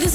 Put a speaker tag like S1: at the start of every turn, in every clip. S1: this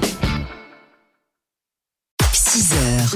S2: 6h,